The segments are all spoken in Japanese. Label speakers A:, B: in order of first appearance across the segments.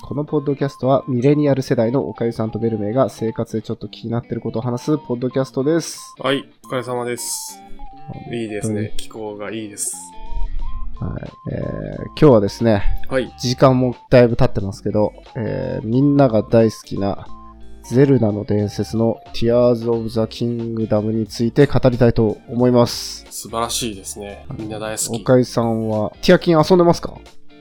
A: このポッドキャストはミレニアル世代のおかゆさんとベルメイが生活でちょっと気になってることを話すポッドキャストです。
B: はい、お疲れ様です。いいです
A: 本
B: ね。気候がいいです。
A: はい。えー今日はですね、
B: はい。
A: 時間もだいぶ経ってますけど、えーみんなが大好きなゼルダの伝説の Tears of the Kingdom について語りたいと思います。
B: 素晴らしいですね。みんな大好
A: お
B: き。
A: かゆさんは、ティアキン遊んでますか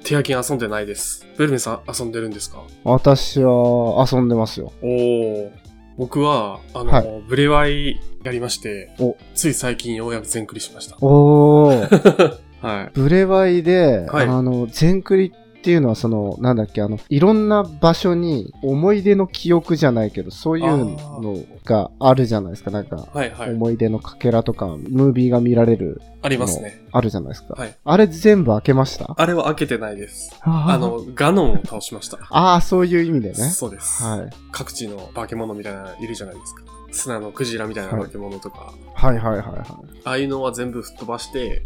B: 手焼きに遊んでないです。ベルミさん遊んでるんですか
A: 私は遊んでますよ。
B: おー。僕は、あの、
A: は
B: ブレワイやりまして
A: お、
B: つい最近ようやく全クリし ました。
A: おー。
B: はい。
A: ブレワイで、
B: はい
A: あの、全クリっていうのは、その、なんだっけ、あの、いろんな場所に思い出の記憶じゃないけど、そういうのがあるじゃないですか。なんか、
B: はいはい。
A: 思い出のかけらとか、ムービーが見られる、
B: ありますね。
A: あるじゃないですか。
B: はい
A: あれ全部開けました
B: あれは開けてないです。
A: あ
B: あ、の、ガノンを倒しました。
A: ああ、そういう意味でね。
B: そうです。
A: はい、
B: 各地の化け物みたいなのいるじゃないですか。砂のクジラみたいな化け物とか、
A: はいはいはいはい。
B: ああいうのは全部吹っ飛ばして、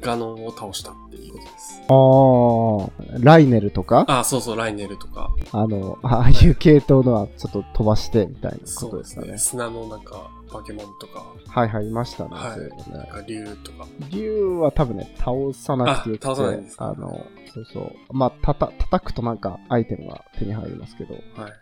B: ガノンを倒したっていうことです。
A: ああ、ライネルとか、あ
B: あそうそう、ライネルとか。
A: の、ああいう系統のはちょっと飛ばしてみたいなこ
B: そ
A: と
B: う
A: で
B: ですす
A: かね
B: ね。。砂のなんか、化け物とか、
A: はいはい、いましたね。
B: はい
A: そういうのね
B: なんか竜とか。
A: 竜は多分ね、倒さなくてよくて、
B: あ倒さないんですか
A: あの、そうそう。まあ、たた、叩くとなんかアイテムが手に入りますけど。
B: はい。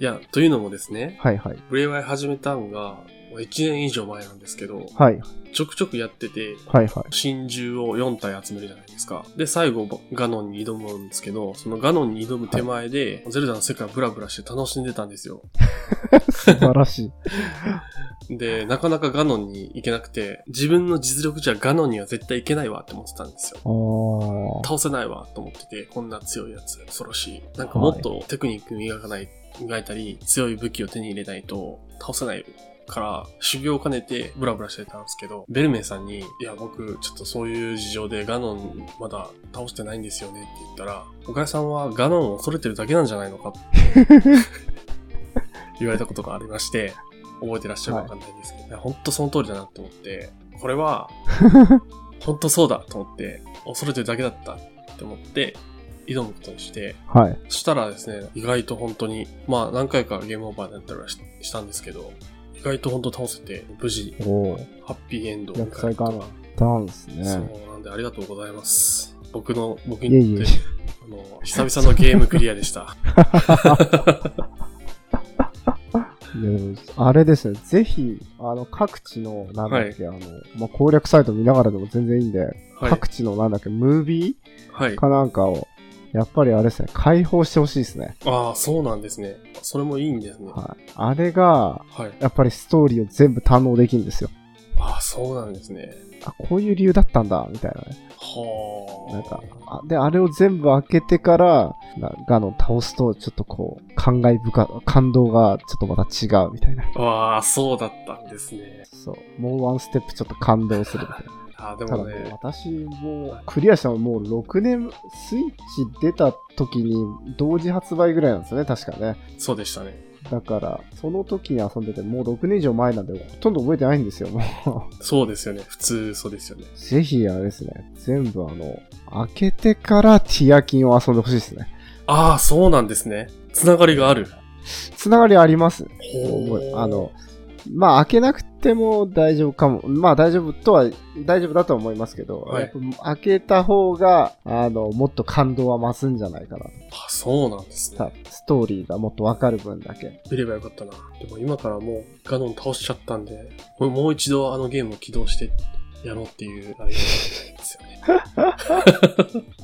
B: いや、というのもですね、
A: はいはい。
B: ブレイワイ始めたんが、1年以上前なんですけど、
A: はい、
B: ちょくちょくやってて、
A: はいはい。
B: 真珠を4体集めるじゃないですか。で、最後、ガノンに挑むんですけど、そのガノンに挑む手前で、ゼルダの世界をブラブラして楽しんでたんですよ。
A: 素晴ら しい。
B: で、なかなかガノンに行けなくて、自分の実力じゃガノンには絶対行けないわって思ってたんですよ。
A: あー
B: 倒せないわと思ってて、こんな強いやつ、恐ろしい。なんかもっとテクニック磨かない、磨いたり、強い武器を手に入れないと倒せないから、修行を兼ねてブラブラしてたんですけど、ベルメイさんに、いや、僕、ちょっとそういう事情でガノンまだ倒してないんですよねって言ったら、岡谷さんはガノンを恐れてるだけなんじゃないのかって言われたことがありまして、覚えてらっしゃるかわかんないんですけど、いや本当その通りだなって思って、こ れは、本当そうだと思って、恐れてるだけだったって思って、挑むことにして、
A: はい。
B: そしたらですね、意外と本当に、まあ何回かゲームオーバーになったりはししたんですけど、意外と本当倒せて、無事、
A: おー
B: ハッピーエンドを
A: 薬剤ガ
B: た
A: ーダンス
B: そ
A: ね。
B: うなんで、ありがとうございます。僕の、僕
A: いえい
B: に
A: え
B: とって、あの、久々のゲームクリアで した。
A: いやでもあれですね、ぜひ、あの、各地の、なんだっけ、あの、まあ、攻略サイト見ながらでも全然いいんで、
B: はい
A: 各。地の、なんだっけ、ムービ
B: はい
A: ー。かなんかを、やっぱりあれですね、解放してほしいですね。
B: ああ、そうなんですね。それもいいんですね。は
A: はい。あれが、
B: い。
A: やっぱりストーリーを全部堪能できるんですよ。
B: ああ、そうなんですね。
A: あ、こういう理由だったんだ、みたいなね。
B: はあ。
A: なんか、あで、あれを全部開けてから、なガノン倒すと、ちょっとこう、感慨深、感動がちょっとまた違うみたいな。
B: わあ、そうだったんですね。
A: そう。もうワンステップちょっと感動するみたいな。
B: ああ、で
A: た
B: も
A: だね
B: ね、、
A: 私も、クリアしたのもう6年、スイッチ出た時に同時発売ぐらいなんですよね、確かね。
B: そうでしたね。
A: だから、その時に遊んでて、もう6年以上前なんで、ほとんど覚えてないんですよ、もう。
B: そうですよね。普通、そうですよね。
A: ぜひ、あれですね、全部あの、開けてからティアキンを遊んでほしいですね。
B: ああ、そうなんですね。つながりがある。
A: つながりあります。
B: ほう
A: あの、まあ、開けなくても大丈夫かも。まあ、大丈夫とは、大丈夫だとは思いますけど、
B: はい
A: やっぱ開けた方が、あの、もっと感動は増すんじゃないかな
B: あそうなんです
A: と。
B: ね。
A: ストーリーがもっとわかる分だ け。
B: 見ればよかったな。でも今からもうガノン倒しちゃったんで、もうもう一度あのゲームを起動してやろうっていうあれがないですよね。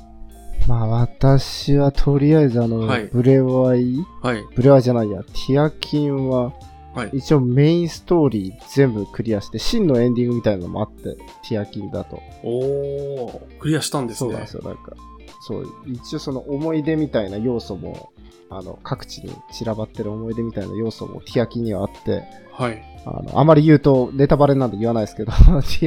A: まあ、私はとりあえずあの、
B: はい
A: ブレワイ、
B: はい。
A: ブレワイじゃないや、ティアキンは、
B: はい。
A: 一応メインストーリー全部クリアして、真のエンディングみたいなのもあって、ティアキンだと。
B: おー、クリアしたんです
A: そう
B: ね。
A: なんですよ、なんか。そう、一応その思い出みたいな要素も、あの、各地に散らばってる思い出みたいな要素も、ティアキンにはあって、
B: はい。
A: あの、あまり言うとネタバレなんで言わないですけど、テ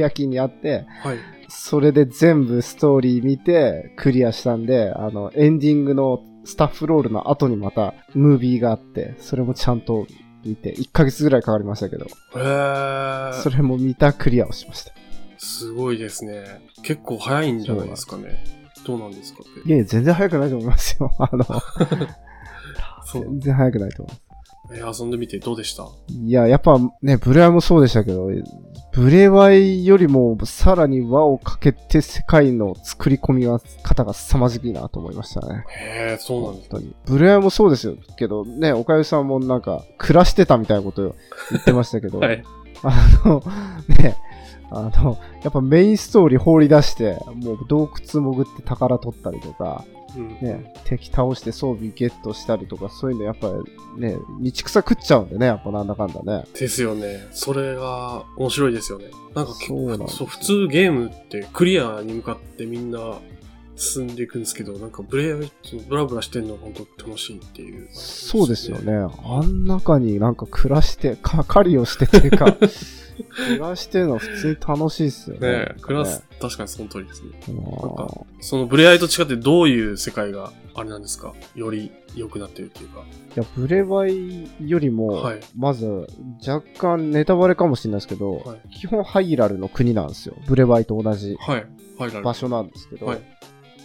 A: ィアキンにあって、
B: はい。
A: それで全部ストーリー見て、クリアしたんで、あの、エンディングのスタッフロールの後にまた、ムービーがあって、それもちゃんと見て、1ヶ月ぐらいかかりましたけど、
B: へー。
A: それも見たクリアをしました。
B: すごいですね。結構早いんじゃないですかね。どうなんですかって。
A: いやいや、全然早くないと思いますよ。あ の、
B: そう
A: 全然早くないと思います。
B: えー遊んでみてどうでした
A: いや、やっぱね、ブレワイもそうでしたけど、ブレワイよりもさらに輪をかけて世界の作り込みが方が凄まじいなと思いましたね。
B: へえ、そうな
A: 本
B: んですか。
A: 当に。ブレワイもそうですよけど、ね、おかゆさんもなんか、暮らしてたみたいなことを言ってましたけど、
B: はい。
A: あの、ね、あの、やっぱメインストーリー放り出して、もう洞窟潜って宝取ったりとか、
B: うん。
A: ね、敵倒して装備ゲットしたりとか、そういうのやっぱりね、道草食っちゃうんでね、やっぱなんだかんだね。
B: ですよね。それが面白いですよね。なんか結
A: そうなん
B: 構、
A: です
B: そう、
A: よ
B: 普通ゲームってクリアに向かってみんな進んでいくんですけど、なんかブレイブラブラしてるのが本当楽しいっていう、
A: そうですよ。ね。あん中になんか暮らして、か狩りをしてっていうか、 暮らしてるのは普通に楽しいっすよね。
B: ねえ、クラス、確かにその通りですね。
A: うん
B: なんかそのブレアイと違ってどういう世界があれなんですかより良くなってるっていうか。
A: いや、ブレワイよりも、
B: はい
A: まず、若干ネタバレかもしれないですけど、
B: はい
A: 基本ハイラルの国なんですよ。ブレワイと同じ
B: はい。はい、なるほど
A: 場所なんですけど、
B: はい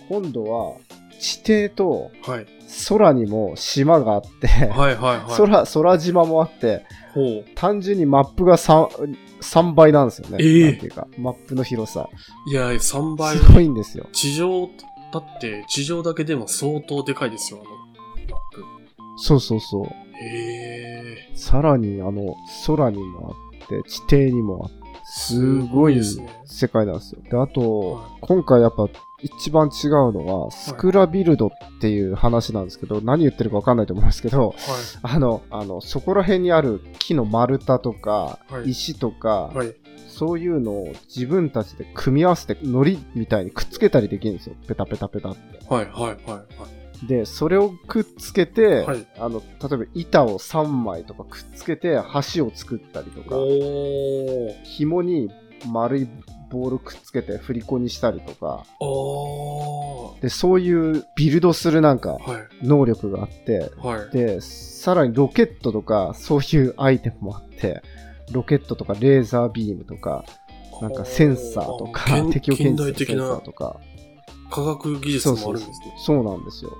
A: 今度は、地底と
B: はい。
A: 空にも島があって、
B: はい、はい、はい。
A: 空、空島もあって、
B: ほう。
A: 単純にマップが 3, 三倍なんですよね。
B: ええ
A: なんていうか、マップの広さ。
B: いや、3倍。
A: すごいんですよ。
B: 地上、だって地上だけでも相当でかいですよ、あの、マップ。
A: そうそうそう。
B: へえ。
A: さらに、あの、空にもあって、地底にもあって、すごい
B: すごいですね
A: 世界なんですよ。で、あと、
B: はい
A: 今回やっぱ一番違うのは、スクラビルドっていう話なんですけど、何言ってるかわかんないと思いますけど、
B: は
A: あの、あの、そこら辺にある木の丸太とか、
B: はい
A: 石とか、
B: い。はい。
A: そういうのを自分たちで組み合わせて、糊みたいにくっつけたりできるんですよ。ペタペタペタって。
B: はい。はい。はい。
A: で、それをくっつけて、
B: はい
A: あの、例えば板を3枚とかくっつけて橋を作ったりとか、
B: お
A: 紐に丸いボールくっつけて振り子にしたりとか、
B: おお
A: で、そういうビルドするなんか
B: ーはい。
A: 能力があって、
B: はい。
A: で、さらにロケットとかそういうアイテムもあって、ロケットとかレーザービームとか、なんかセンサーと
B: あ
A: か、
B: 現
A: 敵を検
B: 現代
A: 知する
B: 的
A: センサー
B: な
A: とか、
B: 科学技術もあるんですね。
A: そうなんですよ。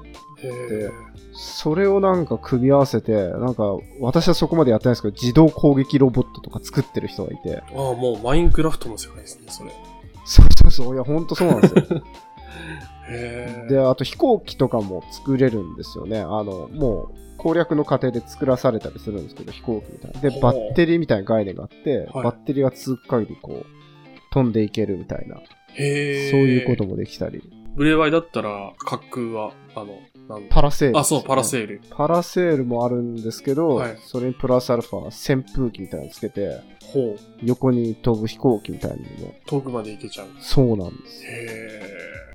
B: へえ。
A: それをなんか組み合わせて、なんか私はそこまでやってないですけど、自動攻撃ロボットとか作ってる人がいて、
B: ああ、もうマインクラフトの世界ですね、それ。へ
A: そうそうそう、いや、ほんとそうなんですよ。
B: え。
A: で、あと飛行機とかも作れるんですよね。あの、もう攻略の過程で作らされたりするんですけど、飛行機みたいな。で
B: ほ、う
A: バッテリーみたいな概念があって、
B: はい
A: バッテリーが続く限りこう、飛んでいけるみたいな、
B: へえ。
A: そういうこと。もできたり。
B: ブレワイだったら、滑空は、あの、なんだ
A: パラセール、
B: あ、そう、パラセ
A: ール。
B: ール。
A: パラセールもあるんですけど、
B: はい
A: それにプラスアルファ、扇風機みたいなのつけて、
B: ほう。
A: 横に飛ぶ飛行機みたいなのも、
B: 遠くまで行けちゃう。
A: そうなんです。
B: へえ。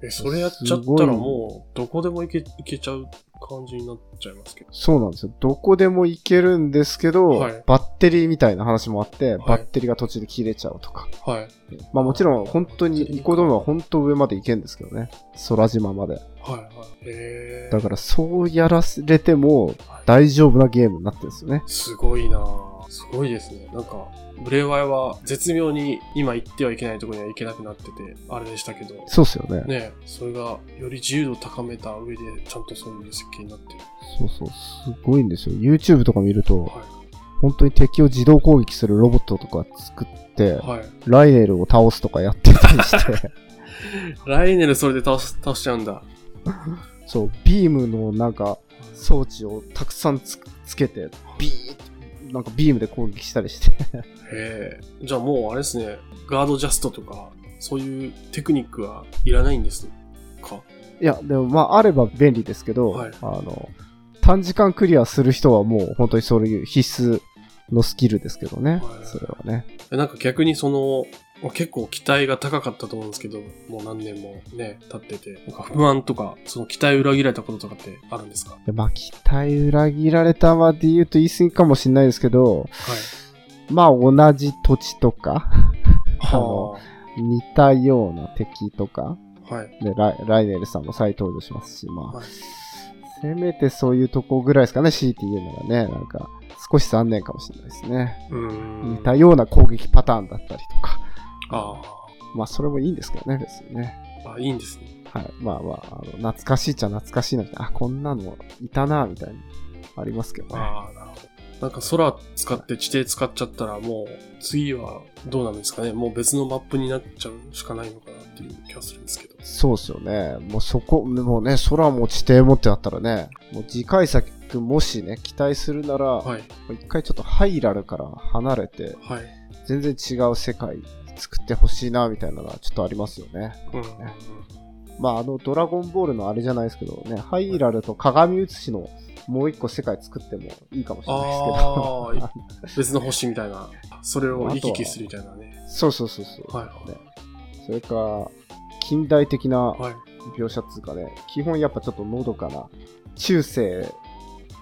B: え、それやっちゃったらもう、どこでも行け、行けちゃう感じになっちゃいますけど。
A: そうなんですよ。どこでも行けるんですけど、
B: はい
A: バッテリーみたいな話もあって、
B: い
A: バッテリーが途中で切れちゃうとか。
B: はい。
A: まあもちろん本当にイコドームは本当上まで行けんですけどね。空島まで。
B: はいはい。へえ。
A: だからそうやらせれても
B: はい
A: 大丈夫なゲームになってるんですよね。
B: すごいなぁすごいですね。なんか、ブレワイは絶妙に今行ってはいけないところには行けなくなってて、あれでしたけど、ね
A: そうっすよね。
B: えそれがより自由度を高めた上で、ちゃんとそういう設計になってる。
A: そうそう。すごいんですよ。YouTube とか見ると、
B: は
A: 本当に敵を自動攻撃するロボットとか作って、
B: い。はい。
A: ライネルを倒すとかやってたりして、
B: ライネルそれで倒す、倒しちゃうんだ。
A: そう、ビームのなんか装置をたくさんつつけて、ビーッなんかビームで攻撃したりして。
B: へえ。じゃあもうあれですね、ガードジャストとか、そういうテクニックはいらないんですか
A: いや、でもまあ、あれば便利ですけど、
B: はい
A: あの、短時間クリアする人はもう本当にそういう必須のスキルですけどね
B: は、い
A: それはね。
B: えなんか逆にその、まあ結構期待が高かったと思うんですけど、もう何年もね、経ってて、なんか不安とか、その期待裏切られたこととかってあるんですか
A: でまあ、期待裏切られたまで言うと言い過ぎかもしれないですけど、
B: はい。
A: まあ、同じ土地とか、あの
B: は
A: 似たような敵とか、
B: あ、はい。
A: でライライネルさんも再登場しますし、まあ、
B: はい
A: せめてそういうとこぐらいですかね、強いて言うならね、なんか、少し残念かもしれないですね。
B: うーん
A: 似たような攻撃パターンだったりとか、
B: ああ。
A: まあ、それもいいんですけどね、別にね。
B: あ、いいんですね。
A: はい。まあまあ、あの懐かしいっちゃ懐かしいな、みたいな。あ、こんなのいたな、みたいな。ありますけどね。
B: ああ、なるほど。なんか空使って地底使っちゃったらもう次はどうなんですかねもう別のマップになっちゃうしかないのかなっていう気がするんですけど。
A: そうっすよね。もうそこ、もうね、空も地底もってなったらね、もう次回作もしね、期待するなら、
B: はい。
A: 一回ちょっとハイラルから離れて、
B: はい。
A: 全然違う世界作ってほしいな、みたいなのはちょっとありますよね。
B: うん。
A: まあ、あの、ドラゴンボールのあれじゃないですけどね、ハイラルと鏡写しのもう一個世界作ってもいいかもしれない
B: あ
A: ですけど。
B: あ、別の星みたいな。それを行き来するみたいな ね。
A: そうそうそうそう。
B: はい
A: ねそれか、近代的な
B: はい。
A: 描写っつうかね、基本やっぱちょっとのどかな、中世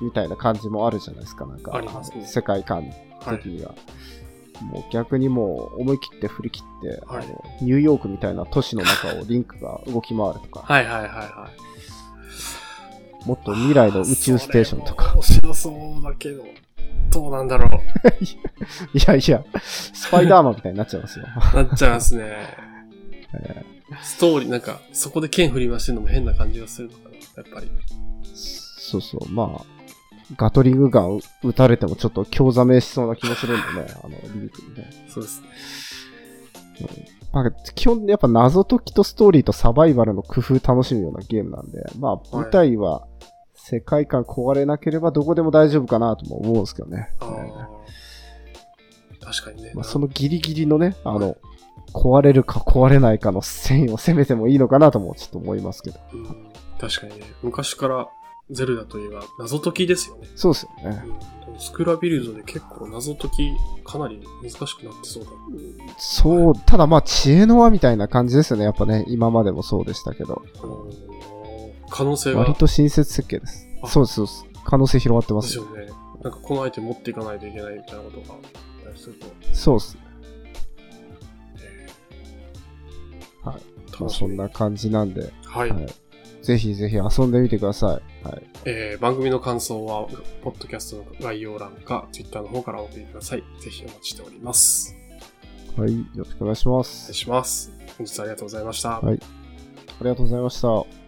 A: みたいな感じもあるじゃないですか、なんか、
B: ありますね
A: 世界観
B: はい。
A: 的には。もう逆にもう思い切って振り切って、
B: はい
A: あのニューヨークみたいな都市の中をリンクが動き回るとか、
B: はいはいはいはい。
A: もっと未来の宇宙ステーションとか。
B: あーそれも面白そうだけど、どうなんだろう。
A: いやいや、スパイダーマンみたいになっちゃい ますよ。
B: なっちゃいますね。 ストーリー、なんか、そこで剣振り回してるのも変な感じがするのかな、やっぱり。
A: そうそう、まあ、ガトリングガン撃たれてもちょっと興ざめしそうな気もするんでね、あの、リンクにね。
B: そうですね。
A: まあ、基本やっぱ謎解きとストーリーとサバイバルの工夫楽しむようなゲームなんで、まあ
B: はい
A: 舞台は世界観壊れなければどこでも大丈夫かなとも思うんですけどね。
B: ああ。確かにね。
A: まあ、そのギリギリのね、あの、壊れるか壊れないかの線を攻めてもいいのかなともちょっと思いますけど。
B: うん、確かにね。昔からゼルダといえば謎解きですよね。
A: そうですよね。
B: うん、スクラビルドで結構謎解きかなり難しくなってそうだ。
A: そう、ただまあ知恵の輪みたいな感じですよね。やっぱね、今までもそうでしたけど。
B: うん可能性が
A: 割と親切設計です。
B: あ
A: そうです、そうです。可能性広がってま
B: ですす
A: よ。
B: よね。なんかこのアイテム持っていかないといけないみたいなことがあったりすると、
A: そうです。
B: えー
A: はい。まあ
B: 楽し
A: そん
B: み。
A: な感じなんで。
B: はい。
A: はいぜひぜひ遊んでみてください。はい。
B: えー番組の感想は、ポッドキャストの概要欄か、Twitter の方からお送りください。ぜひお待ちしております。
A: はい。よろしくお願いしま
B: 失
A: す。
B: 礼します。本日はありがとうございました。
A: はいありがとうございました。